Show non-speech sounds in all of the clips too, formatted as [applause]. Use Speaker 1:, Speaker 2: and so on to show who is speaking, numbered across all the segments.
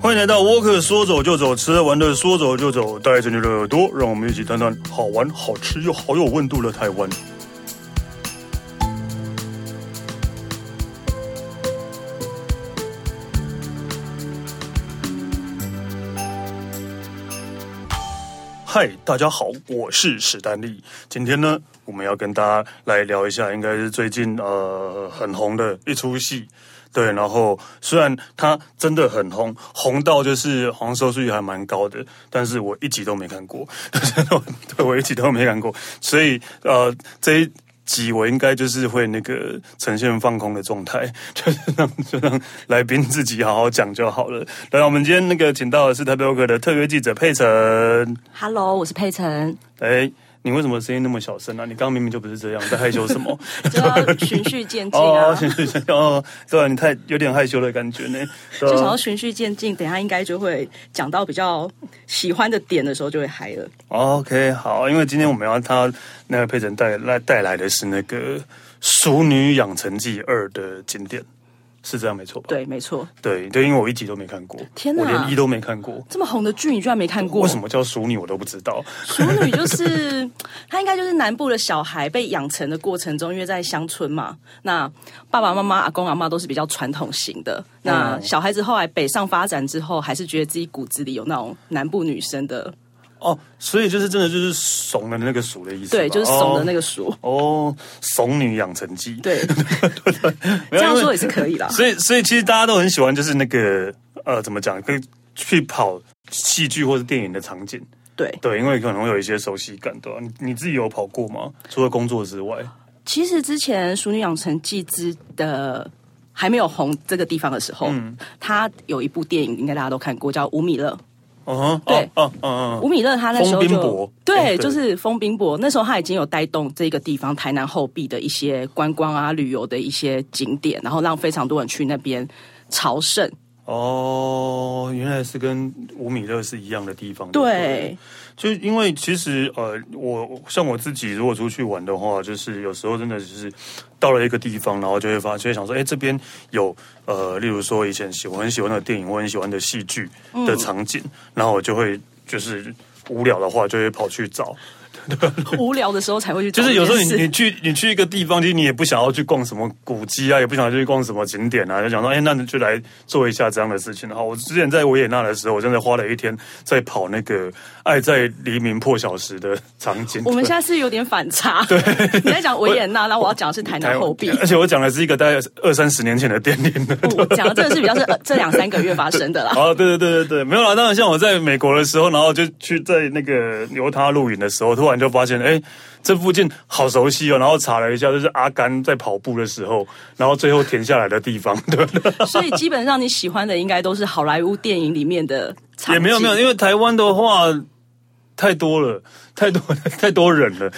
Speaker 1: 欢迎来到沃克，说走就走，吃了玩的说走就走，带着你的耳朵，让我们一起探探好玩、好吃又好有温度的台湾。嗨，大家好，我是史丹利。今天呢，我们要跟大家来聊一下，应该是最近呃很红的一出戏。对，然后虽然它真的很红，红到就是好像收视率还蛮高的，但是我一集都没看过， [laughs] 对，我一集都没看过，所以呃这一。集我应该就是会那个呈现放空的状态， [laughs] 就是让就让来宾自己好好讲就好了。来，我们今天那个请到的是台北欧克的特约记者佩晨。
Speaker 2: Hello，我是佩晨，
Speaker 1: 哎，你为什么声音那么小声啊？你刚刚明明就不是这样，在害羞什么？
Speaker 2: [laughs] 就要循序渐进啊，
Speaker 1: [laughs] 哦，行行行，哦，对啊，你太有点害羞的感觉呢。对啊
Speaker 2: 就想要循序渐进，等一下应该就会讲到比较喜欢的点的时候就会嗨了。
Speaker 1: OK，好，因为今天我们要他那个佩晨带来带来的是那个《熟女养成记二》的经典，是这样没错吧？
Speaker 2: 对，没错，
Speaker 1: 对对，因为我一集都没看过，
Speaker 2: 天哪
Speaker 1: 我连一都没看过。
Speaker 2: 这么红的剧你居然没看过？
Speaker 1: 为什？么叫熟女我都不知道，
Speaker 2: 熟女就是 [laughs] 她，应该就是南部的小孩被养成的过程中，因为在乡村嘛，那爸爸妈妈、阿公阿妈都是比较传统型的。
Speaker 1: 嗯
Speaker 2: 那小孩子后来北上发展之后，还是觉得自己骨子里有那种南部女生的，
Speaker 1: 哦，所以就是真的就是怂的那个怂的意思吧，
Speaker 2: 对，就是怂的那
Speaker 1: 个
Speaker 2: 个熟，
Speaker 1: 哦，怂女养成记，
Speaker 2: 对，
Speaker 1: [laughs] 没有， [laughs]
Speaker 2: 这样
Speaker 1: 因为
Speaker 2: 说也是可以啊啦。
Speaker 1: 所以，所以其实大家都很喜欢，就是那个呃，怎么讲，可以去跑戏剧或者电影的场景，
Speaker 2: 对，
Speaker 1: 对，因为可能会有一些熟悉感，对吧、你你自己有跑过吗？除了工作之外，
Speaker 2: 其实之前《熟女养成记之》的还没有红这个地方的时候，
Speaker 1: 嗯
Speaker 2: 他有一部电影，应该大家都看过，叫《吴米勒》。
Speaker 1: 嗯哼，
Speaker 2: 对
Speaker 1: 哦，嗯嗯
Speaker 2: 吴
Speaker 1: 嗯，
Speaker 2: 米勒他那时候
Speaker 1: 封
Speaker 2: 就
Speaker 1: 冰博哎对
Speaker 2: 对，就是封冰博，那时候他已经有带动这个地方台南后壁的一些观光啊、旅游的一些景点，然后让非常多人去那边
Speaker 1: [laughs]
Speaker 2: 朝圣。
Speaker 1: 哦，原来是跟吴米勒是一样的地方，
Speaker 2: 对，
Speaker 1: 就因为其实呃，我像我自己如果出去玩的话，就是有时候真的就是到了一个地方，然后就会发，就会想说，哎，这边有呃，例如说以前喜欢很喜欢的电影，我很喜欢的戏剧的场景，然后我就会就是无聊的话，就会跑去找。
Speaker 2: 无聊的时候才会去
Speaker 1: 就是
Speaker 2: 做这件
Speaker 1: 有
Speaker 2: 事，
Speaker 1: 时候你你去你去一个地方，其实你也不想要去逛什么古迹啊，也不想要去逛什么景点啊，就想说，哎，那你就来做一下这样的事情。然后我之前在维也纳的时候，我真的花了一天在跑那个《爱在黎明破晓时》的场景。
Speaker 2: 我们现在是有点反
Speaker 1: [laughs]
Speaker 2: 差。对， [laughs] 你在讲维也纳，那我要讲的是台南后壁。
Speaker 1: 而且我讲的是一个大概二三十年前的电影的。
Speaker 2: 我讲的这个是比较是呃这两三个月发生的啦。
Speaker 1: [laughs] 哦，对对对对对，没有啦。当然，像我在美国的时候，然后就去在那个犹他露营的时候，突然就发现，哎，这附近好熟悉哦。然后查了一下，就是阿甘在跑步的时候，然后最后停下来的地方，对不对？
Speaker 2: 所以基本上你喜欢的应该都是好莱坞电影里面的场景
Speaker 1: [laughs] 也没有没有，因为台湾的话太多了，太多 [laughs] 太多人了。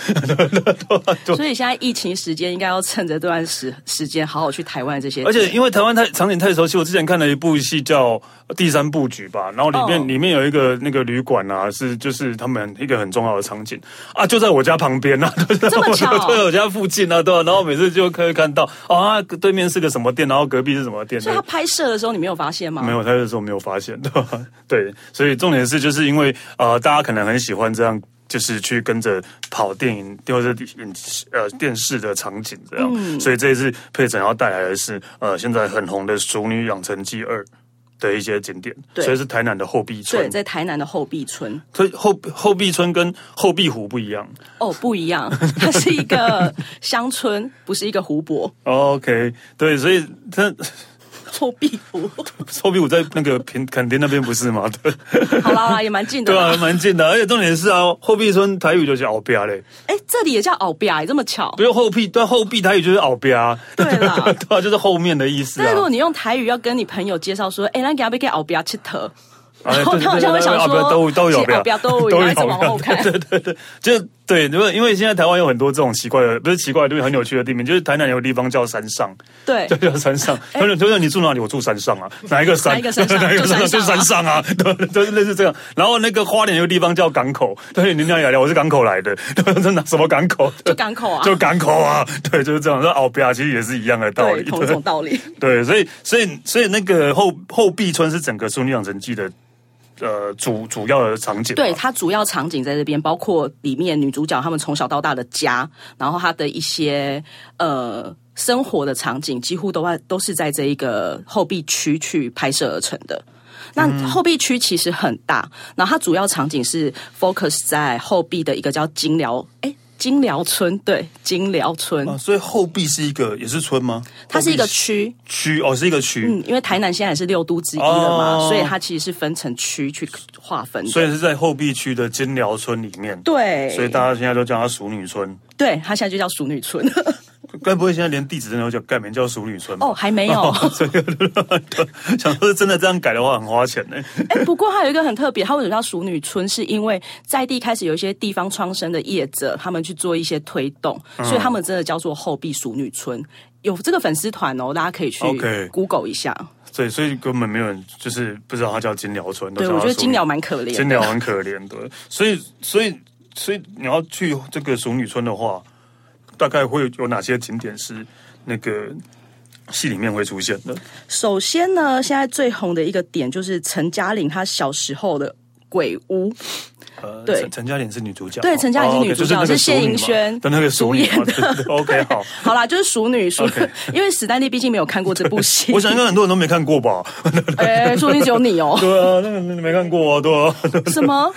Speaker 2: 所以现在疫情时间应该要趁着这段时时间好好去台湾这些
Speaker 1: 而
Speaker 2: 点，
Speaker 1: 且因为台湾太场景太熟悉，我之前看了一部戏叫《第三部局》吧，然后里面、
Speaker 2: 哦
Speaker 1: 里面有一个那个旅馆啊，是就是他们一个很重要的场景啊，就在我家旁边啊， [laughs] 就在
Speaker 2: 这么
Speaker 1: 我
Speaker 2: 巧
Speaker 1: 对我家附近啊，对啊，然后每次就可以看到啊，对面是个什么店，然后隔壁是什么店，
Speaker 2: 所以他拍摄的时候你没有发现吗？
Speaker 1: 没有，他那时候没有发现，对 [laughs] 吧？对，所以重点是，就是因为呃，大家可能很喜欢这样，就是去跟着跑电影或者影呃电视的场景这样，
Speaker 2: 嗯
Speaker 1: 所以这一次佩晨要带来的是呃现在很红的《熟女养成记二》的一些景点，
Speaker 2: 对
Speaker 1: 所以是台南的后壁
Speaker 2: 对，
Speaker 1: 村，
Speaker 2: 在台南的后壁村
Speaker 1: 所以后后壁村跟后壁湖不一样。
Speaker 2: 哦，不一样，它是一个乡村， [laughs] 不是一个湖泊，
Speaker 1: OK，对，所以它
Speaker 2: 后壁
Speaker 1: [laughs]
Speaker 2: 湖。
Speaker 1: 后壁湖在那个平垦丁那边不是吗？ [laughs] 对，
Speaker 2: 好啦好啦，也蛮近的
Speaker 1: 对
Speaker 2: 啦。
Speaker 1: 啊，蛮近的，而且重点是啊，后壁村台语就是鳌边嘞。
Speaker 2: 哎、这里也叫鳌比啊，这么巧
Speaker 1: 不。用后壁，对后壁台语就是后边啊，
Speaker 2: 对啦
Speaker 1: [laughs] 对啊，就是后面的意思
Speaker 2: 但
Speaker 1: 啊
Speaker 2: 是如。果你用台语要跟你朋友介绍说，哎、咱给他被给鳌比啊吃头，
Speaker 1: 哎
Speaker 2: 然后
Speaker 1: 对对
Speaker 2: 他好像会
Speaker 1: 对
Speaker 2: 想
Speaker 1: 对
Speaker 2: 说，
Speaker 1: 都都有
Speaker 2: 是鳌比啊都有，然后一直往后看。
Speaker 1: 对对对，就对，因为因为现在台湾有很多这种奇怪的，不是奇怪，就是很有趣的地名，就是台南有个地方叫山上，
Speaker 2: 对哎
Speaker 1: 就叫山上。他说：“他说你住哪里？我住山上啊，哪一个山？
Speaker 2: [laughs] 哪一个山上
Speaker 1: 哪一个山上？
Speaker 2: 就
Speaker 1: [laughs] 就
Speaker 2: 山
Speaker 1: 山上啊， [laughs] 对，就是类似这样。然后那个花莲有个地方叫港口，对，人家也聊我是港口来的， [laughs] 对，真的什么港口？
Speaker 2: 就港口啊
Speaker 1: 就港口啊，对，就是这样。那奥比亚其实也是一样的道
Speaker 2: 对，
Speaker 1: 理，
Speaker 2: 同一种
Speaker 1: [laughs]
Speaker 2: 道理。
Speaker 1: 对，所以所以所以那个后后壁村是整个《淑女养成记》的呃主主要的场景嘛，
Speaker 2: 对，它主要场景在这边，包括里面女主角她们从小到大的家，然后她的一些呃生活的场景，几乎都在都是在这一个后壁区去拍摄而成的。那
Speaker 1: 嗯
Speaker 2: 后壁区其实很大，然后它主要场景是 focus 在后壁的一个叫金寮，哎，金寮村，对，金寮村，
Speaker 1: 啊，所以后壁是一个也是村吗？
Speaker 2: 它是一个
Speaker 1: 后壁
Speaker 2: 区，
Speaker 1: 区哦，是一个区。
Speaker 2: 嗯，因为台南现在也是六都之一了嘛，
Speaker 1: 哦
Speaker 2: 所以它其实是分成区去划分的。
Speaker 1: 所以是在后壁区的金寮村里面，
Speaker 2: 对，
Speaker 1: 所以大家现在都叫它熟女村。
Speaker 2: 对它现在就叫熟女村。
Speaker 1: 该不会现在连地址真的都叫改名叫熟女村吧？
Speaker 2: [laughs] 哦，还没有。
Speaker 1: [laughs] 所以对想说真的这样改的话很花钱呢。
Speaker 2: 哎、不过还有一个很特别，它为什么叫熟女村？是因为在地开始有一些地方创生的业者，他们去做一些推动，所以他们真的叫做后壁熟女村。有这个粉丝团哦，大家可以去
Speaker 1: OK
Speaker 2: Google 一下。
Speaker 1: 所以所以根本没有人就是不知道它叫金寮村。都
Speaker 2: 对，
Speaker 1: 叫它
Speaker 2: 我觉得
Speaker 1: 熟女
Speaker 2: 金鸟蛮可怜
Speaker 1: 金
Speaker 2: 的。
Speaker 1: 鸟很可怜
Speaker 2: [laughs]
Speaker 1: 的，所以所以所以你要去这个熟女村的话，大概会有哪些景点是那个戏里面会出现的？
Speaker 2: 首先呢，现在最红的一个点就是陈嘉玲她小时候的鬼 [laughs] 屋，
Speaker 1: 呃，
Speaker 2: 对
Speaker 1: 陈陈嘉玲是女主角，
Speaker 2: 对陈嘉玲是女主角
Speaker 1: 哦，OK，就是
Speaker 2: 谢盈萱
Speaker 1: 的那个熟女嘛
Speaker 2: 主演的
Speaker 1: 对对对 OK，好，
Speaker 2: 好啦，就是熟女熟
Speaker 1: OK
Speaker 2: [laughs] 因为史丹利毕竟没有看过这部 [laughs] 戏
Speaker 1: 我，想应该很多人都没看过
Speaker 2: [laughs]
Speaker 1: 吧？
Speaker 2: 哎、说不定只有你 [laughs] 哦、
Speaker 1: 对啊，那个那个没看过啊， [laughs] 对啊，
Speaker 2: 什么？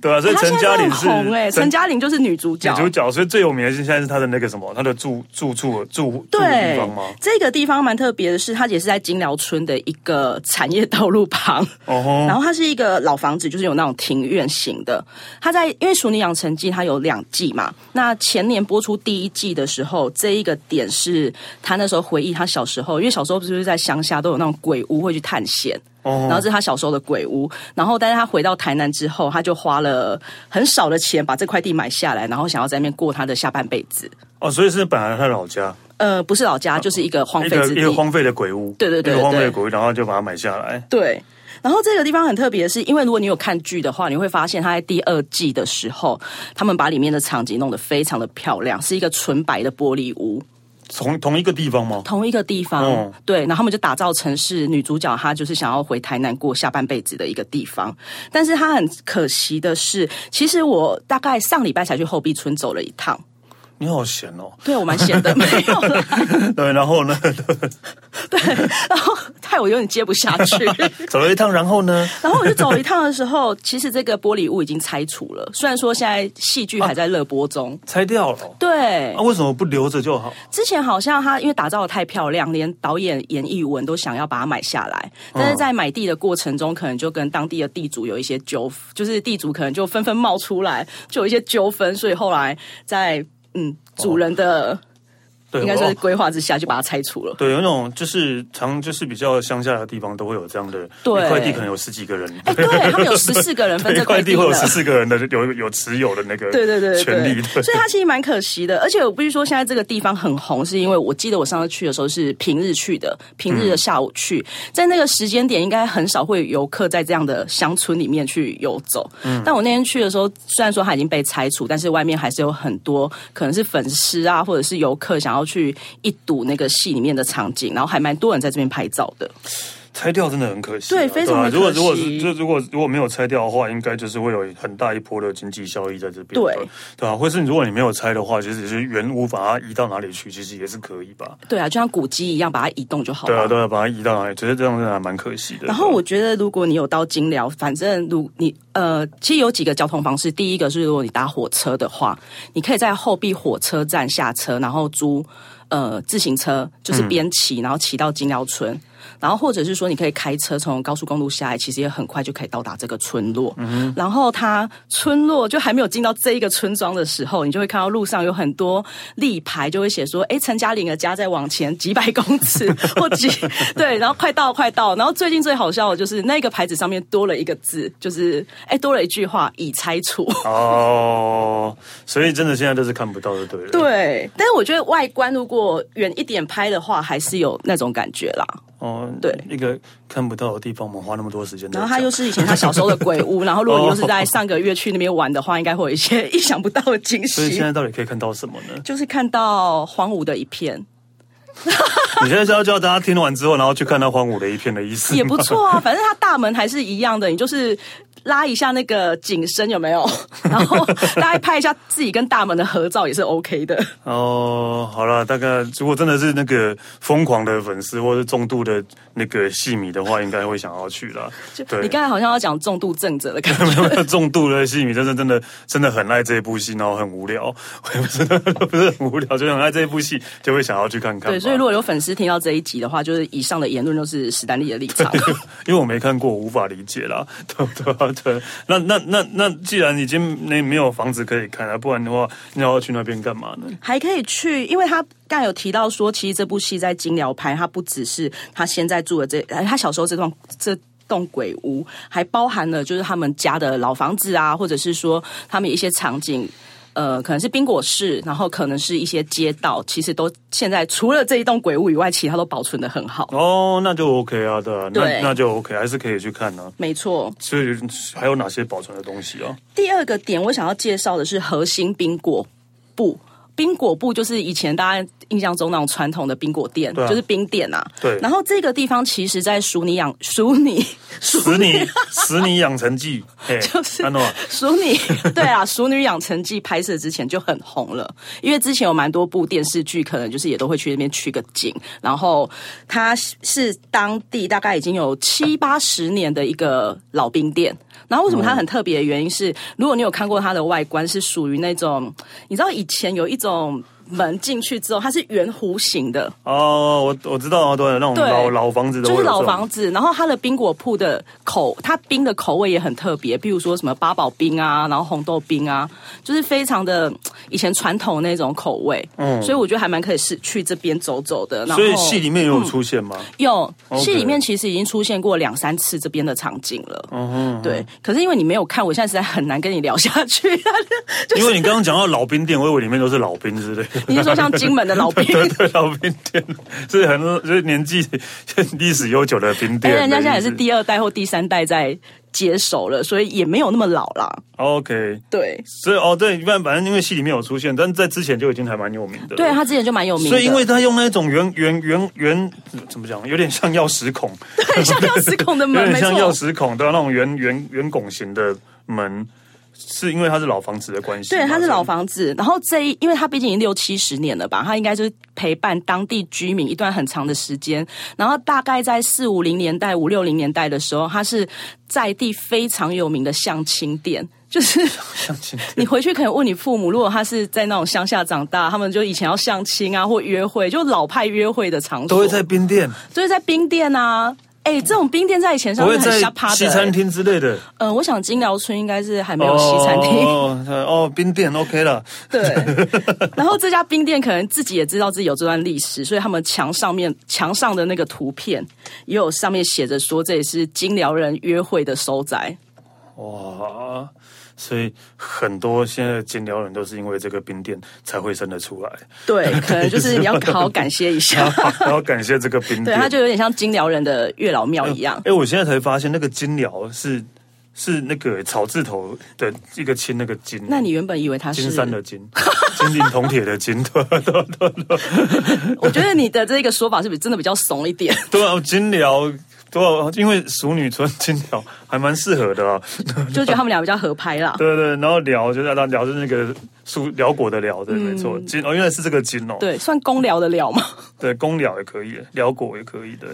Speaker 1: 对啊，所以
Speaker 2: 她
Speaker 1: 陈
Speaker 2: 现
Speaker 1: 嘉
Speaker 2: 在
Speaker 1: 玲
Speaker 2: 很
Speaker 1: 是
Speaker 2: 红哎、陈嘉玲就是女主角
Speaker 1: 女。主角，所以最有名的是现在是她的那个什么，她的住住处住住的地
Speaker 2: 对
Speaker 1: 方吗？，
Speaker 2: 这个地方蛮特别的是，它也是在金寮村的一个产业道路旁，
Speaker 1: 哦吼，
Speaker 2: 然后它是一个老房子，就是有那种庭院型的。它在因为《熟女养成记》它有两季嘛，那前年播出第一季的时候，这一个点是他那时候回忆他小时候，因为小时候不是在乡下都有那种鬼屋会去探险。
Speaker 1: 哦
Speaker 2: 然后这是他小时候的鬼屋，然后但是他回到台南之后，他就花了很少的钱把这块地买下来，然后想要在那边过他的下半辈子。
Speaker 1: 哦，所以是本来她老家。
Speaker 2: 呃，不是老家，就是一个荒
Speaker 1: 一
Speaker 2: 废
Speaker 1: 个
Speaker 2: 之
Speaker 1: 一
Speaker 2: 地。
Speaker 1: 个荒废的鬼屋，
Speaker 2: 对对对
Speaker 1: 一个荒废的
Speaker 2: 对
Speaker 1: 鬼屋，然后就把它买下来。哎
Speaker 2: 对。然后这个地方很特别的是，因为如果你有看剧的话，你会发现它在第二季的时候，他们把里面的场景弄得非常的漂亮，是一个纯白的玻璃屋，
Speaker 1: 同同一个地方吗？
Speaker 2: 同一个地方。
Speaker 1: 嗯
Speaker 2: 对，然后他们就打造成是女主角她就是想要回台南过下半辈子的一个地方。但是她很可惜的是，其实我大概上礼拜才去后壁村走了一趟，
Speaker 1: 你好闲哦。 [laughs]
Speaker 2: 对我蛮闲的，没有啦，
Speaker 1: 对，然后呢， [laughs]
Speaker 2: 然后害我有点接不下去。
Speaker 1: 走了一趟，然后呢，
Speaker 2: 然后我就走了一趟的时候， [laughs] 其实这个玻璃屋已经拆除了，虽然说现在戏
Speaker 1: 哦
Speaker 2: 剧还在热播中。
Speaker 1: 拆掉了。
Speaker 2: 对
Speaker 1: 啊，，为什么不留着就好？
Speaker 2: 之前好像他因为打造的太漂亮，连导演严艺文都想要把它买下来，
Speaker 1: 嗯
Speaker 2: 但是在买地的过程中，可能就跟当地的地主有一些纠，就是地主可能就纷纷冒出来，就有一些纠纷，所以后来在嗯主人的
Speaker 1: 哦对，
Speaker 2: 应该说是
Speaker 1: 哦
Speaker 2: 规划之下，就把它拆除了。
Speaker 1: 对，有那种就是常就是比较乡下的地方都会有这样的，
Speaker 2: 对
Speaker 1: 一块地可能有十几个人，
Speaker 2: 哎，对他们有十四个人分
Speaker 1: [laughs] 对，
Speaker 2: 这
Speaker 1: 一块地
Speaker 2: 地
Speaker 1: 会有
Speaker 2: 了
Speaker 1: 十四个人的有有持有的那个
Speaker 2: 对对对对
Speaker 1: 权利
Speaker 2: 对，
Speaker 1: 对
Speaker 2: 所以它其实蛮可惜的。而且我必须说，现在这个地方很红，是因为我记得我上次去的时候是平日去的，平日的下午去，在那个时间点应该很少会有游客在这样的乡村里面去游走。
Speaker 1: 嗯
Speaker 2: 但我那天去的时候，虽然说它已经被拆除，但是外面还是有很多可能是粉丝啊，或者是游客想要去一睹那个戏里面的场景，然后还蛮多人在这边拍照的。
Speaker 1: 拆掉真的很可惜啊、
Speaker 2: 对非常
Speaker 1: 啊
Speaker 2: 的
Speaker 1: 如果
Speaker 2: 可
Speaker 1: 如果
Speaker 2: 惜
Speaker 1: 就如果如果没有拆掉的话，应该就是会有很大一波的经济效益在这边，
Speaker 2: 对
Speaker 1: 对啊，或是如果你没有拆的话，其实是原屋把它移到哪里去，其实也是可以吧？
Speaker 2: 对啊，就像古迹一样，把它移动就好了。
Speaker 1: 对啊，对啊，把它移到哪里，只是这样真的还蛮可惜的。
Speaker 2: 然后我觉得，如果你有到金寮，反正如你呃，其实有几个交通方式。第一个是，如果你搭火车的话，你可以在后壁火车站下车，然后租呃自行车，就是边骑、然后骑到金寮村。然后或者是说你可以开车从高速公路下来，其实也很快就可以到达这个村落。
Speaker 1: 嗯
Speaker 2: 然后它村落就还没有进到这一个村庄的时候，你就会看到路上有很多立牌，就会写说：“哎，陈嘉玲的家再往前几百公
Speaker 1: [laughs]
Speaker 2: 尺或几对，然后快到快到。”然后最近最好笑的就是那个牌子上面多了一个字，就是哎多了一句话“已拆
Speaker 1: [laughs]
Speaker 2: 除”。
Speaker 1: 哦，所以真的现在都是看不到的，对了。
Speaker 2: 对，但是我觉得外观如果远一点拍的话，还是有那种感觉啦。
Speaker 1: 哦，
Speaker 2: 对
Speaker 1: 一个看不到的地方，我们花那么多时间在讲，
Speaker 2: 然后它又是以前他小时候的鬼
Speaker 1: [laughs]
Speaker 2: 屋，然后如果你又是
Speaker 1: 哦
Speaker 2: 在上个月去那边玩的话，应该会有一些意想不到的惊
Speaker 1: 所以现
Speaker 2: 喜。？
Speaker 1: 在到底可以看到什么呢
Speaker 2: 就是看到荒芜的一片，
Speaker 1: 你现在是要叫大家听完之后，然后去看到荒芜的一片的意
Speaker 2: [laughs]
Speaker 1: 思吗
Speaker 2: 也不
Speaker 1: [laughs]
Speaker 2: 错啊。反正它大门还是一样的，你就是拉一下那个景深有没
Speaker 1: [laughs]
Speaker 2: 有？然后大概拍一下自己跟大门的合照也是 OK 的。
Speaker 1: 哦，好了，大概如果真的是那个疯狂的粉丝或是重度的那个戏迷的话，应该会想要去啦。对，
Speaker 2: 你刚才好像要讲重度症者的感觉。
Speaker 1: [laughs] 没有没有重度的戏迷，真的真的真的很爱这一部戏，然后很无聊， [laughs] 我也不是不是很无聊，就是很爱这一部戏，就会想要去看看吧。
Speaker 2: 对，所以如果有粉丝听到这一集的话，就是以上的言论都是史丹利的立场。
Speaker 1: [laughs] 因为我没看过，我无法理解啦，对不对啊？对，那那那那，既然已经那没有房子可以看了，不然的话，你要去那边干嘛呢？
Speaker 2: 还可以去，因为他刚才有提到说，其实这部戏在金辽拍，它不只是他现在住的这，呃他小时候这栋这。栋鬼屋还包含了就是他们家的老房子啊，或者是说他们一些场景，呃，可能是冰果室，然后可能是一些街道，其实都现在除了这一栋鬼屋以外，其他都保存的很好。
Speaker 1: 哦，那就 OK 啊，对啊，那
Speaker 2: 对
Speaker 1: 那就 OK，还是可以去看啊呢、
Speaker 2: 没错，
Speaker 1: 所以还有哪些保存的东西啊？
Speaker 2: 第二个点，我想要介绍的是核心冰果布。冰果布就是以前大家印象中那种传统的冰果店，
Speaker 1: 对啊
Speaker 2: 就是冰店啊。
Speaker 1: 对
Speaker 2: 然后这个地方其实，在鼠你养鼠你
Speaker 1: 死你死你养成记，嘿，
Speaker 2: 就是
Speaker 1: 安诺啊，
Speaker 2: [laughs] 鼠你对啊，《 [laughs] 熟女养成记》拍摄之前就很红了，因为之前有蛮多部电视剧，可能就是也都会去那边取个景。然后它是当地大概已经有七八十年的一个老兵店。然后为什么它很特别的原因是，如果你有看过它的外观，是属于那种你知道以前有一种门进去之后，它是圆弧形的，
Speaker 1: 哦，我我知道啊，对，那种
Speaker 2: 对
Speaker 1: 老老房子的，
Speaker 2: 就是老房子，然后它的冰果铺的口，它冰的口味也很特别，比如说什么八宝冰啊，然后红豆冰啊，就是非常的嗯以前传统那种口味。嗯，所以我觉得还蛮可以是去这边走走的。然后嗯
Speaker 1: 所以戏里面也有出现吗？
Speaker 2: 有
Speaker 1: OK
Speaker 2: 戏里面其实已经出现过两三次这边的场景了。嗯对。可是因为你没有看，我现在实在很难跟你聊下去。 [laughs] 就是
Speaker 1: 因为你刚刚讲到老兵店，我以为里面都是老兵之类的。
Speaker 2: 你是说像金门的老兵
Speaker 1: [laughs] 对对，老兵店是很就是年纪历史悠久的冰
Speaker 2: 哎
Speaker 1: 店。
Speaker 2: 人家现在也是
Speaker 1: 的意思
Speaker 2: 第二代或第三代在接手了，所以也没有那么老啦。
Speaker 1: OK，
Speaker 2: 对。
Speaker 1: 所以哦对，一般反正因为戏里面有出现，但在之前就已经还蛮有名的了。
Speaker 2: 对他之前就蛮有名的，
Speaker 1: 所以因为他用那种圆圆圆圆怎么讲，有点像钥匙孔，
Speaker 2: 很像钥匙孔的
Speaker 1: [laughs] 有
Speaker 2: 门，
Speaker 1: 点
Speaker 2: 没
Speaker 1: 像钥
Speaker 2: 错。
Speaker 1: 匙孔啊的那种圆圆圆拱形的门，是因为它是老房子的关系吗。
Speaker 2: 对，它是老房子，然后这一，因为它毕竟已经六七十年了吧，它应该就是陪伴当地居民一段很长的时间。然后大概在四五零年代、五六零年代的时候，它是在地非常有名的相亲店，
Speaker 1: [laughs]
Speaker 2: 就是
Speaker 1: 像今天
Speaker 2: 你回去可能问你父母，如果他是在那种乡下长大，他们就以前要相亲啊或约会，就老派约会的场所，
Speaker 1: 都会在冰店，
Speaker 2: 就会在冰店啊。哎、这种冰店在以前上
Speaker 1: 不会
Speaker 2: 面很
Speaker 1: 在
Speaker 2: 瞎趴的、
Speaker 1: 西餐厅之类的。
Speaker 2: 嗯、我想金辽村应该是还没有西餐厅。
Speaker 1: 哦哦哦，冰店 OK 了。
Speaker 2: 对， [laughs] 然后这家冰店可能自己也知道自己有这段历史，所以他们墙上面墙上的那个图片也有上面写着说这也是金辽人约会的收宅。
Speaker 1: 哇，所以很多现在的金辽人都是因为这个冰店才会生得出
Speaker 2: [laughs]
Speaker 1: 来，
Speaker 2: 对，可能就是你要好好感谢一
Speaker 1: 然
Speaker 2: 下。
Speaker 1: 后然后感谢这个冰
Speaker 2: 对，
Speaker 1: 店
Speaker 2: 它。就有点像金辽人的月老庙一样
Speaker 1: 哎、。我现在才发现那个金辽是是那个草字头的一个金，那个金。
Speaker 2: 那你原本以为它是
Speaker 1: 金山的金，金陵铜铁的金， [laughs] 对啊对啊对啊对啊
Speaker 2: 我觉得你的这个说法是不是真的比较怂一点？
Speaker 1: 对啊，金辽对啊，因为熟女村金辽还蛮适合的啊。 [laughs]
Speaker 2: 就觉得他们俩比较合拍啦。
Speaker 1: 对对，然后辽就是啊辽是那个苏辽国的辽，对，没错，金哦，原来是这个金哦，
Speaker 2: 嗯对，算公聊的聊嘛？
Speaker 1: 对，公寮也可以，寮果也可以，对，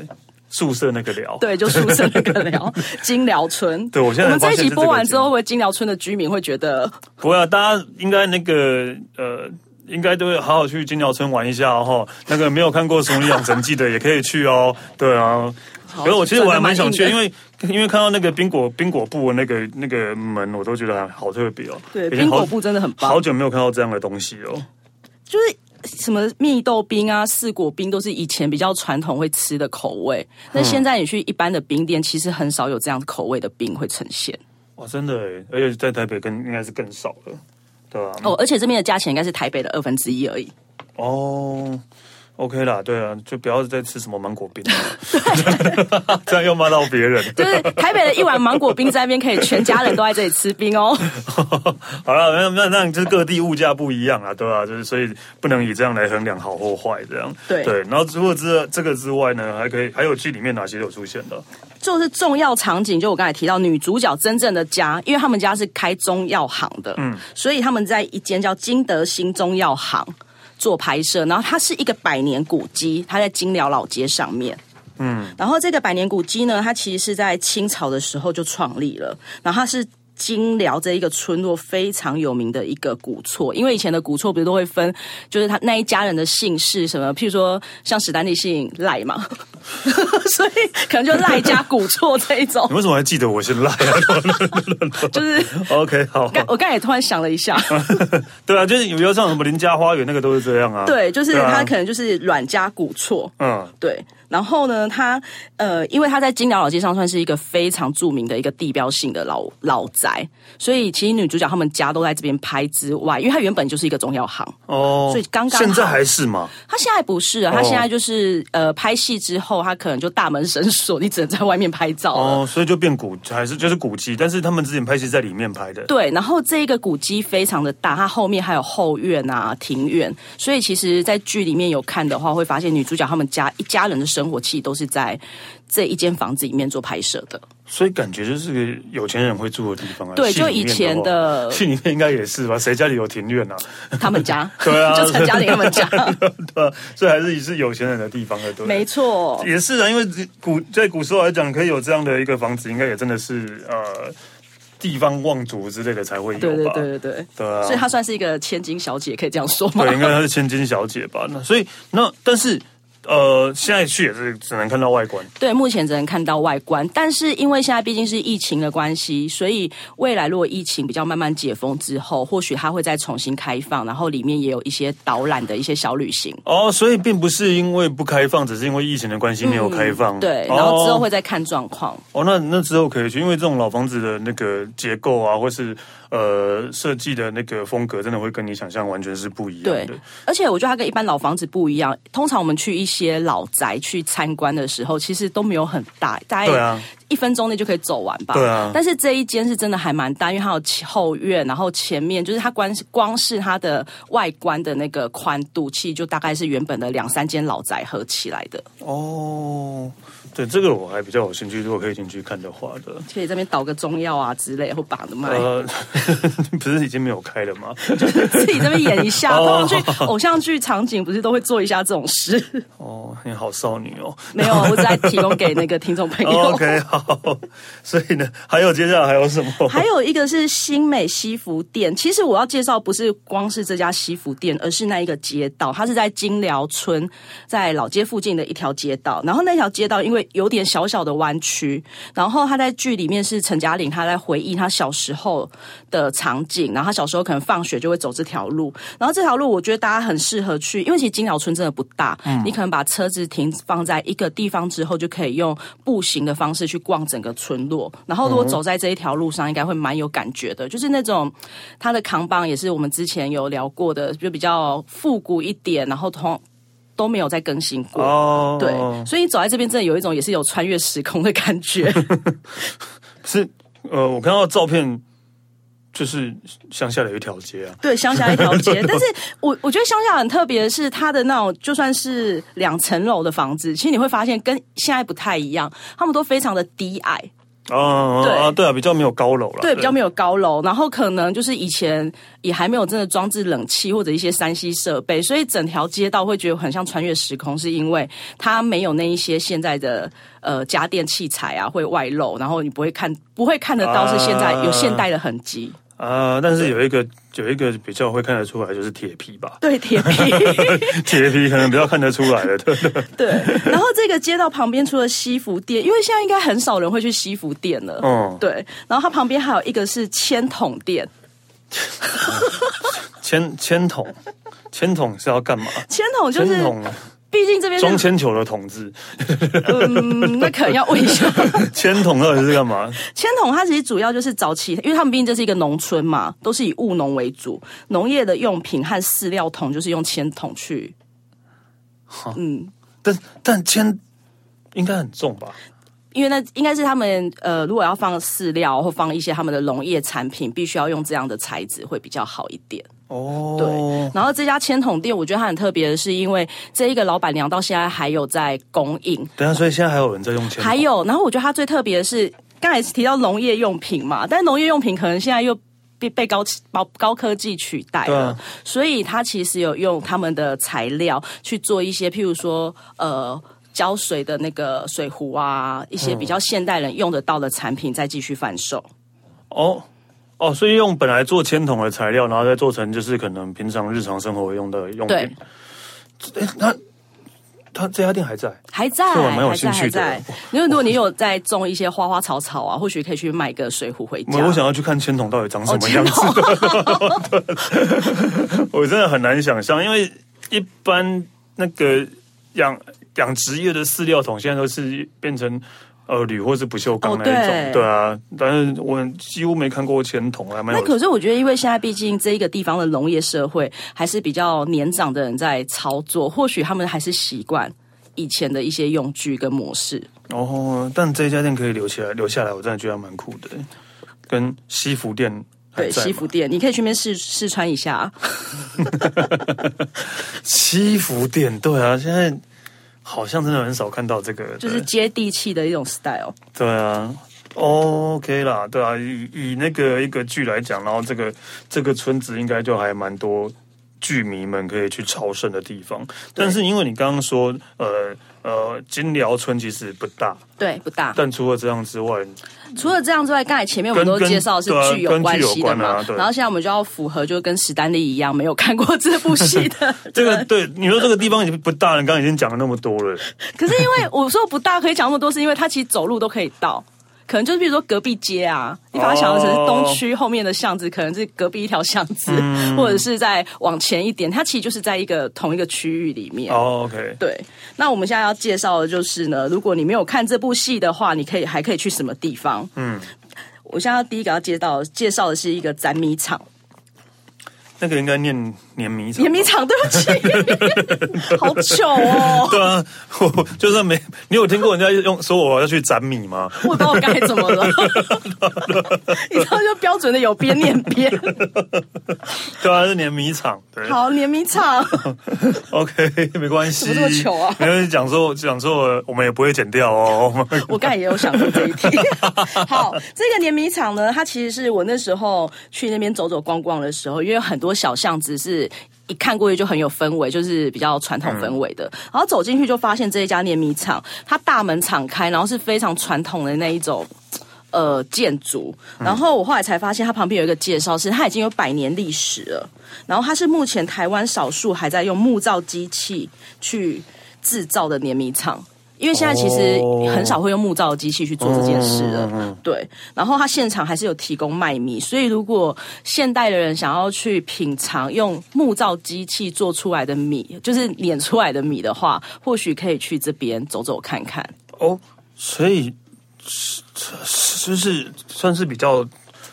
Speaker 1: 宿舍那个寮，
Speaker 2: 对，就宿舍那个
Speaker 1: [laughs]
Speaker 2: 聊金辽村。
Speaker 1: 对我现在
Speaker 2: 我们这
Speaker 1: 发
Speaker 2: 一
Speaker 1: 现
Speaker 2: 集
Speaker 1: 是这
Speaker 2: 播
Speaker 1: 个
Speaker 2: 完
Speaker 1: 节
Speaker 2: 之后，会不会金辽村的居民会觉得
Speaker 1: 不会啊，大家应该那个呃，应该都会好好去金鸟村玩一下哦。那个没有看过《熊里养成记》的也可以去哦。对啊，可是我其实我还蛮想去，
Speaker 2: 转得
Speaker 1: 因
Speaker 2: 蛮
Speaker 1: 为因为看到那个冰果冰果布的那个那个门，我都觉得还好特别哦。
Speaker 2: 对，
Speaker 1: 以前
Speaker 2: 冰
Speaker 1: 好
Speaker 2: 果布真的很棒
Speaker 1: 好，久没有看到这样的东西哦。
Speaker 2: 就是。什么蜜豆冰啊、四果冰都是以前比较传统会吃的口味，那现在你去一般的冰店，其实很少有这样口味的冰会呈现
Speaker 1: 哇，真的耶，而且在台北更应该是更少了，对啊吧、
Speaker 2: 哦。而且这边的价钱应该是台北的二分之一而已。
Speaker 1: 哦，OK 啦，对啊，就不要再吃什么芒果冰了，
Speaker 2: [laughs]
Speaker 1: 这样又骂到别人。
Speaker 2: 就是台北的一碗芒果冰在那边可以全家人都在这里吃冰 [laughs] 哦。
Speaker 1: [laughs] 好了，那那那就是各地物价不一样啊，对吧、就是所以不能以这样来衡量好或坏，这样
Speaker 2: 对
Speaker 1: 对。然后除了这这个之外呢，还可以还有剧里面哪些有出现的？
Speaker 2: 就是重要场景，就我刚才提到女主角真正的家，因为他们家是开中药行的，嗯，所以他们在一间叫金德兴中药行做拍摄，然后它是一个百年古迹，它在金寮老街上面。嗯，然后这个百年古迹呢，它其实是在清朝的时候就创立了，然后它是金寮这一个村落非常有名的一个古厝，因为以前的古厝不是都会分，就是他那一家人的姓氏什么，譬如说像史丹利姓赖
Speaker 1: [laughs]
Speaker 2: 嘛，所以可能就赖家古厝这一种
Speaker 1: [laughs] 你，为什么还记得我先来、啊？
Speaker 2: 就是。
Speaker 1: [laughs] OK，好，
Speaker 2: 刚我刚才也突然想了一
Speaker 1: [laughs]
Speaker 2: 下，
Speaker 1: 对啊，就是有没有像什么邻家花园那个都是这样啊？
Speaker 2: 对，就是哦
Speaker 1: 对啊
Speaker 2: 他可能就是阮家古厝，
Speaker 1: 嗯，
Speaker 2: 对。然后呢，他呃，因为他在金寮老街上算是一个非常著名的一个地标性的老老宅，所以其实女主角他们家都在这边拍之外，因为他原本就是一个中药行，
Speaker 1: 哦，
Speaker 2: 所以刚刚好
Speaker 1: 现在还是嘛？
Speaker 2: 他现在不是啊，他现在就是、呃，拍戏之后他可能就大门深锁，你只能在外面拍照了。
Speaker 1: 哦，所以就变古，还是就是古迹，但是他们之前拍戏在里面拍的。
Speaker 2: 对，然后这一个古迹非常的大，它后面还有后院啊、庭院，所以其实，在剧里面有看的话，会发现女主角他们家一家人的生活其实都是在这一间房子里面做拍摄的。
Speaker 1: 所以感觉就是个有钱人会住的地方啊。
Speaker 2: 对
Speaker 1: 戏里
Speaker 2: 就以
Speaker 1: 面
Speaker 2: 前
Speaker 1: 话
Speaker 2: 的
Speaker 1: 戏里面应该也是吧？谁家里有庭院啊？
Speaker 2: 他们 [laughs] 家，
Speaker 1: 对 [laughs] 啊
Speaker 2: 就陈嘉玲他们家，
Speaker 1: [laughs] 对啊，所以还是是有钱人的地方的，对不对。
Speaker 2: [laughs] 没错。
Speaker 1: 也是啊，因为古在古时候来讲，可以有这样的一个房子，应该也真的是呃地方望族之类的才会 [laughs] 有吧？
Speaker 2: 对对对对对，
Speaker 1: 对啊
Speaker 2: 所以她算是一个千金小姐，可以这样说吗？
Speaker 1: 对，应该她是千金小姐吧？那所以那但是呃，现在去也是只能看到外观，
Speaker 2: [laughs] 对，目前只能看到外观，但是因为现在毕竟是疫情的关系，所以未来如果疫情比较慢慢解封之后，或许它会再重新开放，然后里面也有一些导览的一些小旅行。
Speaker 1: 哦，所以并不是因为不开放，只是因为疫情的关系没有开放。
Speaker 2: 嗯对，然后之
Speaker 1: 哦
Speaker 2: 后会再看状况。
Speaker 1: 哦，那那之后可以去，因为这种老房子的那个结构啊，或是呃设计的那个风格，真的会跟你想象完全是不一样
Speaker 2: 对
Speaker 1: 的。，
Speaker 2: 而且我觉得它跟一般老房子不一样。通常我们去一些老宅去参观的时候，其实都没有很大，大
Speaker 1: 对啊
Speaker 2: 概一分钟内就可以走完吧。
Speaker 1: 对啊
Speaker 2: 但是这一间是真的还蛮大，因为它有后院，然后前面就是它光光是它的外观的那个宽度，其实就大概是原本的两三间老宅合起来的。
Speaker 1: 哦，对，这个我还比较有兴趣，如果可以进去看的话的。
Speaker 2: 可以这边倒个中药啊之类，或把着卖，
Speaker 1: 呃， [laughs] 不是已经没有开了吗？
Speaker 2: [laughs] 自己这边演
Speaker 1: [laughs]
Speaker 2: 一下。
Speaker 1: 哦
Speaker 2: 通常去偶像剧场景，不是都会做一下这种事？
Speaker 1: 哦，你好少女
Speaker 2: [laughs]
Speaker 1: 哦。
Speaker 2: 没有，啊我只在提供给那个听众朋友。
Speaker 1: OK，好。所以呢，还有接下来还有什么？
Speaker 2: 还有一个是新美西服店，其实我要介绍不是光是这家西服店，而是那一个街道，它是在金寮村，在老街附近的一条街道。然后那条街道因为有点小小的弯曲，然后他在剧里面是陈嘉玲，她在回忆她小时候的场景，然后她小时候可能放学就会走这条路，然后这条路我觉得大家很适合去，因为其实金寮村真的不大，你可能把车子停放在一个地方之后，就可以用步行的方式去逛整个村落。然后如果走在这一条路上，应该会蛮有感觉的，就是那种它的扛棒也是我们之前有聊过的，就比较复古一点，然后通都没有再更新过。
Speaker 1: 哦，
Speaker 2: 对，所以你走在这边真的有一种也是有穿越时空的感觉。
Speaker 1: 是呃，我看到照片，就是乡下的一条街啊。
Speaker 2: 对，乡下一条街。但是我我觉得乡下很特别的是，它的那种就算是两层楼的房子，其实你会发现跟现在不太一样，他们都非常的低矮，
Speaker 1: 哦，
Speaker 2: 对
Speaker 1: 啊，对啊，比较没有高楼了。
Speaker 2: 对，比较没有高楼，然后可能就是以前也还没有真的装置冷气或者一些山西设备，所以整条街道会觉得很像穿越时空，是因为它没有那一些现在的呃家电器材啊会外露，然后你不会看不会看得到是现在有现代的痕迹。
Speaker 1: 啊、但是有一个有一个比较会看得出来，就是铁皮
Speaker 2: [laughs]
Speaker 1: 吧，
Speaker 2: 对，铁皮。
Speaker 1: 铁皮可能比较看得出来了，对不对？
Speaker 2: 对，然后这个街道旁边除了西服店，因为现在应该很少人会去西服店了。
Speaker 1: 嗯
Speaker 2: 对，然后它旁边还有一个是铅桶店，
Speaker 1: 铅铅桶，铅桶是要干嘛？
Speaker 2: 铅桶就
Speaker 1: 铅
Speaker 2: 是，
Speaker 1: 桶啊
Speaker 2: 毕竟这边
Speaker 1: 装
Speaker 2: 是，
Speaker 1: 铅球的桶子，
Speaker 2: 嗯，那可能要问一下。
Speaker 1: 铅桶到底是干嘛？
Speaker 2: 铅桶它其实主要就是早期，因为他们毕竟这是一个农村嘛，都是以务农为主，农业的用品和饲料桶就是用铅桶去。
Speaker 1: 但但铅应该很重吧？
Speaker 2: 因为那应该是他们呃，如果要放饲料或放一些他们的农业产品，必须要用这样的材质会比较好一点。
Speaker 1: 哦，
Speaker 2: 对，然后这家铅桶店，我觉得它很特别的是，因为这一个老板娘到现在还有在供应，
Speaker 1: 等一下，所以现在还有人在用铅桶，
Speaker 2: 还有，然后我觉得它最特别的是，刚才提到农业用品嘛，但农业用品可能现在又被被高高高科技取代
Speaker 1: 对
Speaker 2: 了，
Speaker 1: 啊
Speaker 2: 所以它其实有用他们的材料去做一些，譬如说呃。浇水的那个水壶啊，一
Speaker 1: 嗯
Speaker 2: 些比较现代人用得到的产品，再继续贩售。
Speaker 1: 哦。哦，所以用本来做铅桶的材料，然后再做成就是可能平常日常生活用的用
Speaker 2: 对
Speaker 1: 品。对，那他这家店还在，
Speaker 2: 还在，
Speaker 1: 这我蛮有
Speaker 2: 还在，
Speaker 1: 兴
Speaker 2: 还
Speaker 1: 趣的
Speaker 2: 在。因为如果你有在种一些花花草草啊，或许可以去买个水壶回
Speaker 1: 我
Speaker 2: 家。
Speaker 1: 我想要去看铅桶到底长什么样子。
Speaker 2: 哦
Speaker 1: 我真的很难想象，因为一般那个养养殖业的饲料桶现在都是变成呃铝或是不锈钢
Speaker 2: 哦
Speaker 1: 那一种，
Speaker 2: 对
Speaker 1: 对啊，但是我几乎没看过铅桶，还蛮
Speaker 2: [laughs] 那
Speaker 1: 有
Speaker 2: 可是我觉得，因为现在毕竟这一个地方的农业社会还是比较年长的人在操作，或许他们还是习惯以前的一些用具跟模式。
Speaker 1: 哦，但这家店可以留起来，留下来，我真的觉得蛮酷的，跟西服店。还
Speaker 2: 对，
Speaker 1: 在吗
Speaker 2: 西服店，你可以去那边试试穿
Speaker 1: [laughs]
Speaker 2: 一下。
Speaker 1: 西服店，对啊，现在好像真的很少看到这个，
Speaker 2: 就是接地气的一种 style。
Speaker 1: 对啊，OK 啦，对啊，以以那个一个剧来讲，然后这个这个村子应该就还蛮多剧迷们可以去朝圣的地方。但是因为你刚刚说，呃呃，金寮村其实不大，
Speaker 2: 对，不大。
Speaker 1: 但除了这样之外，
Speaker 2: 除了这样之外，刚才前面我们
Speaker 1: 跟
Speaker 2: 都介绍的
Speaker 1: 跟
Speaker 2: 是剧有
Speaker 1: 对啊
Speaker 2: 关系的
Speaker 1: 跟剧有关
Speaker 2: 嘛
Speaker 1: 啊，对
Speaker 2: 然后现在我们就要符合，就跟史丹利一样，没有看过这部戏
Speaker 1: [laughs]
Speaker 2: 的。
Speaker 1: 这个对你说这个地方已经不大了，你刚刚已经讲了那么多了，
Speaker 2: 可是因为我说不大可以讲那么多，是因为它其实走路都可以到。可能就是比如说隔壁街啊，你把它想成是东区后面的巷子，可能是隔壁一条巷子，或者是再往前一点，它其实就是在一个同一个区域里面。
Speaker 1: 哦，OK，
Speaker 2: 对，那我们现在要介绍的就是呢，如果你没有看这部戏的话，你可以还可以去什么地方？嗯，我现在要第一个要介绍介绍的是一个展米场，
Speaker 1: 那个应该念碾米厂
Speaker 2: 碾。米厂，对不起，好糗哦。
Speaker 1: 对啊， [laughs] 我就算没你有听过人家用说我要去斩米吗？
Speaker 2: 我不知道该怎么了， [laughs] 你知道就标准的有边念边。
Speaker 1: 对啊，是碾米厂。对，
Speaker 2: 好，联名场
Speaker 1: OK，没 [laughs] 关系。
Speaker 2: 怎么这么糗啊
Speaker 1: 没关系，讲错讲错，我们也不会剪掉
Speaker 2: [laughs]
Speaker 1: 哦。
Speaker 2: 我刚才也有想过这一题。好，这个联名场呢，它其实是我那时候去那边走走逛逛的时候，因为有很多小巷子是。一看过去就很有氛围，就是比较传统氛围的。然后走进去就发现这一家碾米厂，它大门敞开，然后是非常传统的那一种呃建筑。然后我后来才发现，它旁边有一个介绍是它已经有百年历史了。然后它是目前台湾少数还在用木造机器去制造的碾米厂。因为现在其实
Speaker 1: 哦
Speaker 2: 很少会用木造的机器去做这件事了，
Speaker 1: 嗯嗯嗯嗯
Speaker 2: 对。然后它现场还是有提供麦米，所以如果现代的人想要去品尝用木造机器做出来的米，就是碾出来的米的话，或许可以去这边走走看看。
Speaker 1: 哦，所以是就是算是比较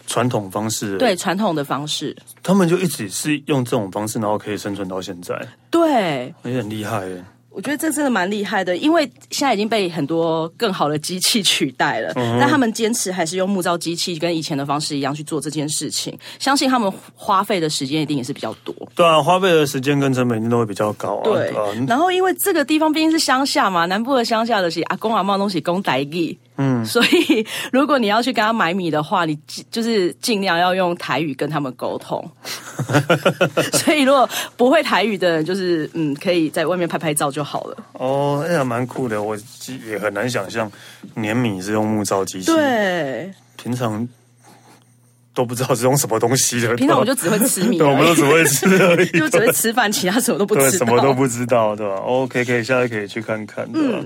Speaker 1: 传统方式。，
Speaker 2: 对，传统的方式，
Speaker 1: 他们就一直是用这种方式，然后可以生存到现在，
Speaker 2: 对。
Speaker 1: 也很厉害耶。
Speaker 2: 我觉得这真的蛮厉害的，因为现在已经被很多更好的机器取代了，
Speaker 1: 嗯
Speaker 2: 但他们坚持还是用木造机器跟以前的方式一样去做这件事情，相信他们花费的时间一定也是比较多。
Speaker 1: 对啊，花费的时间跟成本一定都会比较高啊。
Speaker 2: 对
Speaker 1: 啊，，
Speaker 2: 然后因为这个地方毕竟是乡下嘛，南部的乡下的是阿公阿妈东西公台语，嗯， [laughs] 所以如果你要去跟他买米的话，你尽就是尽量要用台语跟他们
Speaker 1: [laughs]
Speaker 2: 沟通。所以如果不会台语的人，就是嗯，可以在外面拍拍照就好了。
Speaker 1: 哦，哎呀，蛮酷的，我其实也很难想象碾米是用木造机器。，
Speaker 2: 对，
Speaker 1: 平常都不知道是用什么东西的。
Speaker 2: 平常我们就只会痴迷而已，
Speaker 1: 对，我们都只会吃而已，
Speaker 2: [laughs] 就只会吃饭，其他什么都不
Speaker 1: 对，
Speaker 2: 知道，
Speaker 1: 什么都不知道，对吧？OK，可以，下次可以去看看，对吧？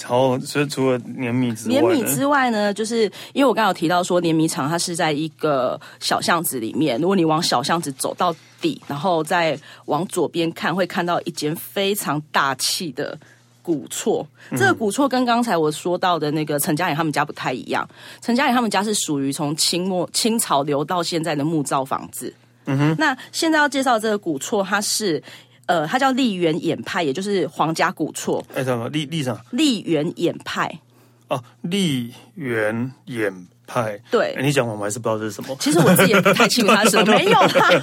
Speaker 1: 然后，所以除了碾米之外呢，
Speaker 2: 嗯碾米之外呢，就是因为我刚刚有提到说，碾米厂它是在一个小巷子里面，如果你往小巷子走到底，然后再往左边看，会看到一间非常大气的。古厝，这个古厝跟刚才我说到的那个陈嘉颖他们家不太一样。陈嘉颖他们家是属于从清末清朝留到现在的木造房子。嗯哼，那现在要介绍这个古厝，它是呃，它叫丽园演派，也就是皇家古厝。
Speaker 1: 哎，什么立立场
Speaker 2: 丽园演派，
Speaker 1: 哦，立原演派，
Speaker 2: 对
Speaker 1: 哎你讲完我还是不知道这是什么。
Speaker 2: 其实我自己也不太清楚它是什么， [laughs] 没有啦。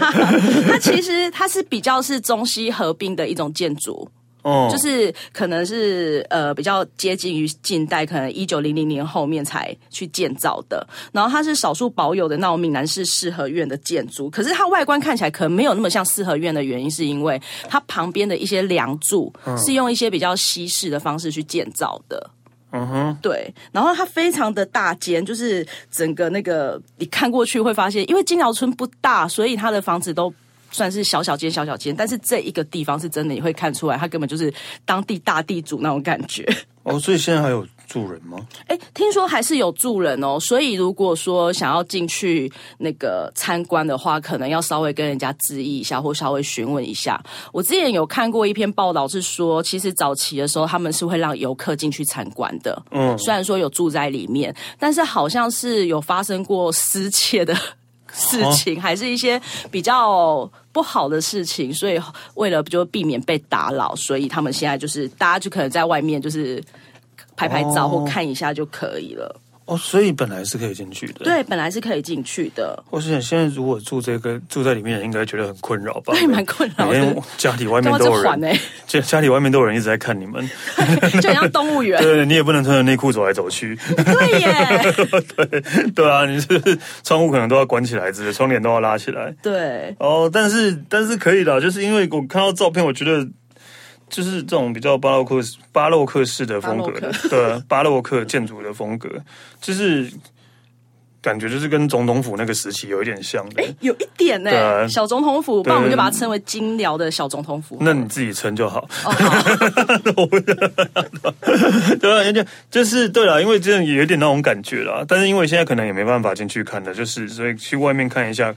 Speaker 2: 它其实它是比较是中西合并的一种建筑，
Speaker 1: 哦，
Speaker 2: 就是可能是呃比较接近于近代，可能一九零零年后面才去建造的。然后它是少数保有的那种闽南式四合院的建筑，可是它外观看起来可能没有那么像四合院的原因，是因为它旁边的一些梁柱是用一些比较西式的方式去建造的。
Speaker 1: 嗯哼，
Speaker 2: 对，然后它非常的大间，就是整个那个你看过去会发现，因为金寮村不大，所以它的房子都。算是小小间小小间，但是这一个地方是真的，你会看出来，它根本就是当地大地主那种感觉。
Speaker 1: 哦，所以现在还有住人吗？
Speaker 2: 哎，听说还是有住人哦，所以如果说想要进去那个参观的话，可能要稍微跟人家质疑一下，或稍微询问一下。我之前有看过一篇报道，是说其实早期的时候他们是会让游客进去参观的，嗯，虽然说有住在里面，但是好像是有发生过失窃的 [laughs] 事情，
Speaker 1: 哦
Speaker 2: 还是一些比较。不好的事情，所以为了就避免被打扰，所以他们现在就是大家就可能在外面就是拍拍照
Speaker 1: 哦
Speaker 2: 或看一下就可以了。
Speaker 1: 哦，所以本来是可以进去的。，
Speaker 2: 对，本来是可以进去的，
Speaker 1: 我是想现在如果住这个住在里面，应该觉得很困扰吧？
Speaker 2: 对，蛮困扰
Speaker 1: 每天
Speaker 2: 的。
Speaker 1: 家里外面
Speaker 2: 要
Speaker 1: 都
Speaker 2: 这
Speaker 1: 有
Speaker 2: 缓
Speaker 1: 人，
Speaker 2: 哎、
Speaker 1: 家家里外面都有人一直在看你们。
Speaker 2: 就很像动物
Speaker 1: [laughs]
Speaker 2: 园。
Speaker 1: 对，你也不能穿着内裤走来走去。
Speaker 2: 对耶，
Speaker 1: [laughs] 对啊，你是不是窗户可能都要关起来之类，窗帘都要拉起来。
Speaker 2: 对，
Speaker 1: 哦，但是但是可以的，就是因为我看到照片，我觉得就是这种比较巴洛克巴洛克式的风格
Speaker 2: 巴
Speaker 1: 的
Speaker 2: 洛，
Speaker 1: 对啊巴洛克建筑的风格，就是感觉就是跟总统府那个时期有一点像的。
Speaker 2: 有一点呢、
Speaker 1: 对啊
Speaker 2: 小总统府，不然我们
Speaker 1: 对
Speaker 2: 就把它称为金辽的小总统府。
Speaker 1: 那你自己称就好。
Speaker 2: 哦，好，
Speaker 1: [laughs] 对啊，就就是对了，因为这样也有点那种感觉啦。但是因为现在可能也没办法进去看了，就是所以去外面看一下，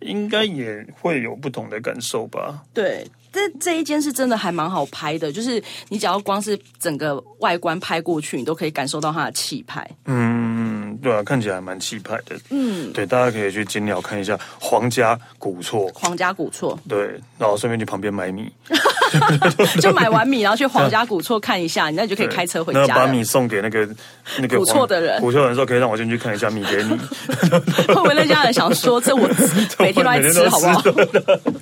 Speaker 1: 应该也会有不同的感受吧。
Speaker 2: 对。这这一间是真的还蛮好拍的，就是你只要光是整个外观拍过去，你都可以感受到它的气派。
Speaker 1: 嗯，对啊，看起来蛮气派的。嗯，对，大家可以去金鸟看一下皇家古厝。
Speaker 2: 皇家古厝，
Speaker 1: 对，然后顺便去旁边买米，
Speaker 2: 就买完米，然后去皇家古厝看一下，那你就可以
Speaker 1: 对
Speaker 2: 开车回
Speaker 1: 那
Speaker 2: 家
Speaker 1: 把
Speaker 2: 了。
Speaker 1: 米送给那个那个
Speaker 2: 古厝
Speaker 1: 皇
Speaker 2: 的人
Speaker 1: 古厝的人说可以让我进去看一下米给你，
Speaker 2: 会不会那家人想说，这我
Speaker 1: [laughs]
Speaker 2: [laughs] 每天都
Speaker 1: 我
Speaker 2: 在
Speaker 1: 每
Speaker 2: 吃，好不好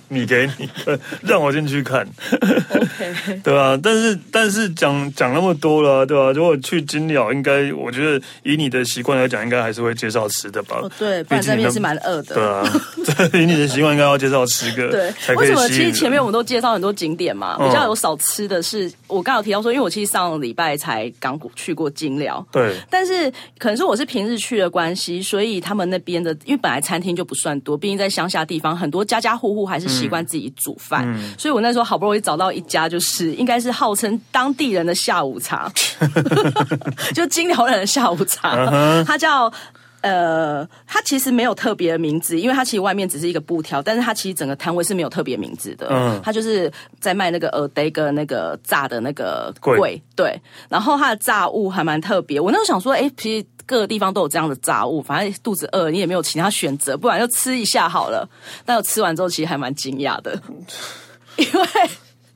Speaker 1: 米给 [laughs] 你，对让我进去看。 [laughs]
Speaker 2: ？OK，
Speaker 1: 对啊，但是但是讲讲那么多了啊，对吧、如果去金鸟，应该我觉得以你的习惯来讲，应该还是会介绍吃的吧？
Speaker 2: 哦对，不然这边是蛮饿的。
Speaker 1: 对啊， [laughs] 这以你的习惯应该要介绍吃个，
Speaker 2: 对
Speaker 1: 才，可
Speaker 2: 为
Speaker 1: 以
Speaker 2: 什么？
Speaker 1: 吸
Speaker 2: 其
Speaker 1: 引
Speaker 2: 实
Speaker 1: 人
Speaker 2: 前面我们都介绍很多景点嘛，
Speaker 1: 嗯
Speaker 2: 比较有少吃的是，我刚刚有提到说，因为我其实上礼拜才刚去过金寮。
Speaker 1: 对
Speaker 2: 但是可能是我是平日去的关系，所以他们那边的，因为本来餐厅就不算多，毕竟在乡下地方，很多家家户户还是习惯自己煮饭，所以我那时候好不容易找到一家，就是应该是号称当地人的下午茶，就金辽人的下午茶，它叫。呃，它其实没有特别的名字，因为它其实外面只是一个布条，但是它其实整个摊位是没有特别名字的。
Speaker 1: 嗯
Speaker 2: 嗯，它就是在卖那个耳呆跟那个炸的那个
Speaker 1: 贵
Speaker 2: 贵，对。然后它的炸物还蛮特别，我那时候想说，哎，其实各个地方都有这样的炸物，反正肚子饿，你也没有其他选择，不然就吃一下好了。但我吃完之后，其实还蛮惊讶的，因为。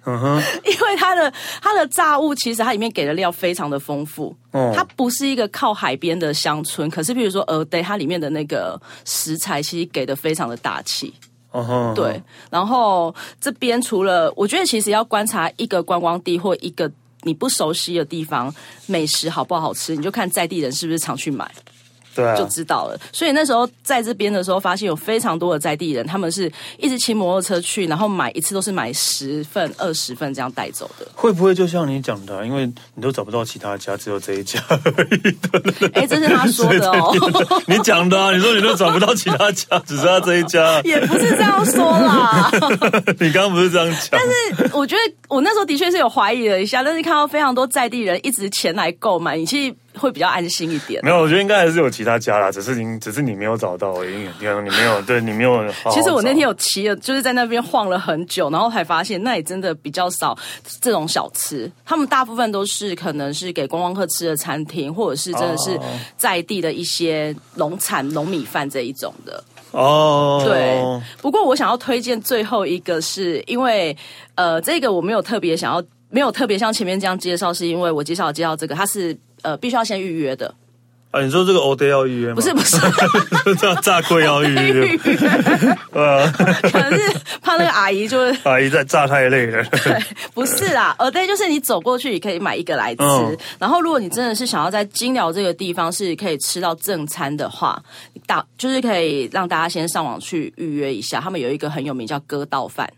Speaker 1: 嗯
Speaker 2: 因为它的它的炸物其实它里面给的料非常的丰富，
Speaker 1: 哦
Speaker 2: 它不是一个靠海边的乡村，可是比如说鹅对它里面的那个食材其实给的非常的大气，
Speaker 1: 嗯哼，
Speaker 2: 对。然后这边除了我觉得其实要观察一个观光地或一个你不熟悉的地方美食好不好吃，你就看在地人是不是常去买。
Speaker 1: 对啊
Speaker 2: 就知道了。所以那时候在这边的时候，发现有非常多的在地人，他们是一直骑摩托车去，然后买一次都是买十份、二十份这样带走的。
Speaker 1: 会不会就像你讲的啊、因为你都找不到其他家，只有这一家而已。对不 [laughs] 对
Speaker 2: 哎、这是他说
Speaker 1: [laughs]
Speaker 2: 的哦。
Speaker 1: 你讲的、啊，你说你都找不到其他家，只剩下这一家。
Speaker 2: [laughs] 也不是这样说啦，
Speaker 1: 你刚刚不是这样讲？
Speaker 2: 我觉得我那时候的确是有怀疑了一下，但是看到非常多在地人一直前来购买，你其实会比较安心一点。
Speaker 1: 没有，我觉得应该还是有其他家啦，只是你只是你没有找到而已。你看，你没有，对你没有好好找。
Speaker 2: [laughs] 其实我那天有骑了，就是在那边晃了很久，然后才发现那里真的比较少这种小吃。他们大部分都是可能是给观光客吃的餐厅，或者是真的是
Speaker 1: 哦
Speaker 2: 在地的一些农产、农米饭这一种的。
Speaker 1: 哦，
Speaker 2: 对，不过我想要推荐最后一个是，因为呃，这个我没有特别想要，没有特别像前面这样介绍，是因为我介绍介绍这个，它是呃必须要先预约的，
Speaker 1: 啊，你说这个 O day 要预约吗？
Speaker 2: [laughs] 不是不
Speaker 1: [laughs]
Speaker 2: 是
Speaker 1: 炸炸柜要哦预
Speaker 2: 预
Speaker 1: 约
Speaker 2: [laughs]
Speaker 1: 啊
Speaker 2: 约，，可能是怕那个阿姨就是
Speaker 1: 阿姨在炸太累了。
Speaker 2: 不是啦，呃，对，就是你走过去，你可以买一个来吃。
Speaker 1: 嗯
Speaker 2: 然后，如果你真的是想要在金寮这个地方是可以吃到正餐的话，你打就是可以让大家先上网去预约一下。他们有一个很有名叫割稻饭，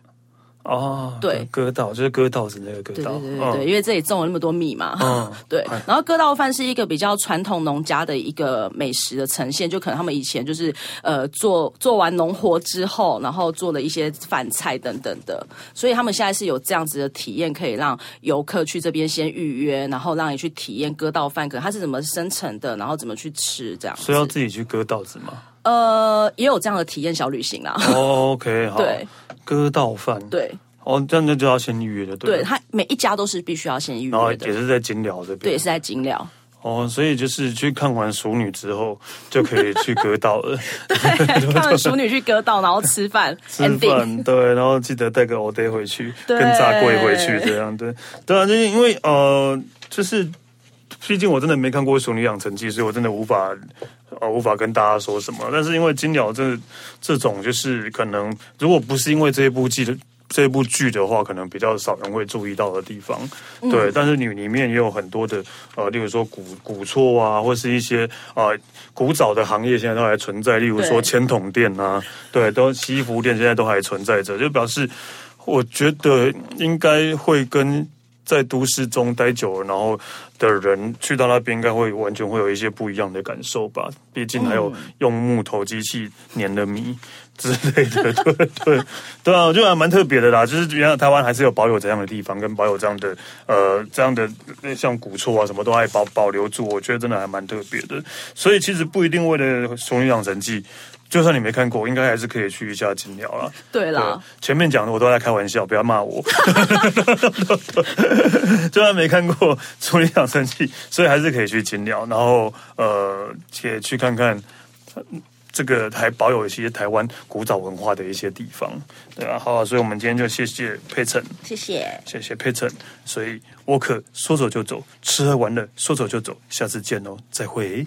Speaker 1: 哦，
Speaker 2: 对
Speaker 1: 割稻就是割稻子那个割
Speaker 2: 对
Speaker 1: 稻，
Speaker 2: 对对对
Speaker 1: 嗯
Speaker 2: 对，因为这里种了那么多米嘛。
Speaker 1: 嗯
Speaker 2: 对，然后割稻饭是一个比较传统农家的一个美食的呈现，就可能他们以前就是呃做做完农活之后，然后做了一些饭菜等等的，所以他们现在是有这样子的体验，可以让游客去这边先预约，然后让你去体验割稻饭，可能它是怎么生成的，然后怎么去吃这样子。
Speaker 1: 所以要自己去割稻子
Speaker 2: [laughs]
Speaker 1: 嘛。
Speaker 2: 呃，也有这样的体验小旅行啦。
Speaker 1: [laughs] 哦，OK，好，
Speaker 2: 对，
Speaker 1: 割稻饭，，
Speaker 2: 对
Speaker 1: 哦，这样就就要先预约的，
Speaker 2: 对，
Speaker 1: 了
Speaker 2: 它每一家都是必须要先预
Speaker 1: 然后
Speaker 2: 约
Speaker 1: 也
Speaker 2: 的。
Speaker 1: 是在金寮这边，
Speaker 2: 对，也是在金 [laughs] 寮。
Speaker 1: 哦，所以就是去看完《熟女》之后，就可以去割稻了，
Speaker 2: 看完熟女去割稻，然后吃饭
Speaker 1: [laughs] 吃饭，对，然后记得带个 o day 回去，
Speaker 2: 对
Speaker 1: 跟炸柜回去，这样对，对啊，就是因为呃，就是毕竟我真的没看过《熟女养成记》，所以我真的无法呃无法跟大家说什么。但是因为金鸟这这种，就是可能如果不是因为这一部剧的。这一部剧的话，可能比较少人会注意到的地方，
Speaker 2: 嗯
Speaker 1: 对。但是你里面也有很多的呃，例如说古古厝啊，或是一些呃古早的行业，现在都还存在。例如说
Speaker 2: 对
Speaker 1: 铅桶店啊，对，都西服店现在都还存在着，就表示我觉得应该会跟在都市中待久了，然后的人去到那边，应该会完全会有一些不一样的感受吧。毕竟还有用木头机器碾的米之类的，对对对啊，我觉得还蛮特别的啦。就是原来台湾还是有保有这样的地方，跟保有这样的呃这样的呃像古厝啊什么都还保保留住，我觉得真的还蛮特别的。所以其实不一定为了《熊女养成记》。就算你没看过，应该还是可以去一下金鸟啦。
Speaker 2: 对啦，
Speaker 1: 对前面讲的我都在开玩笑，不要骂我。 [laughs] 虽然没看过《处理养生记》，所以还是可以去金鸟，然后呃，也去看看呃这个还保有一些台湾古早文化的一些地方，对啊，好啊所以我们今天就谢谢佩岑，
Speaker 2: 谢谢，
Speaker 1: 谢谢佩岑，所以沃克说走就走，吃喝玩乐说走就走，下次见哦，再会。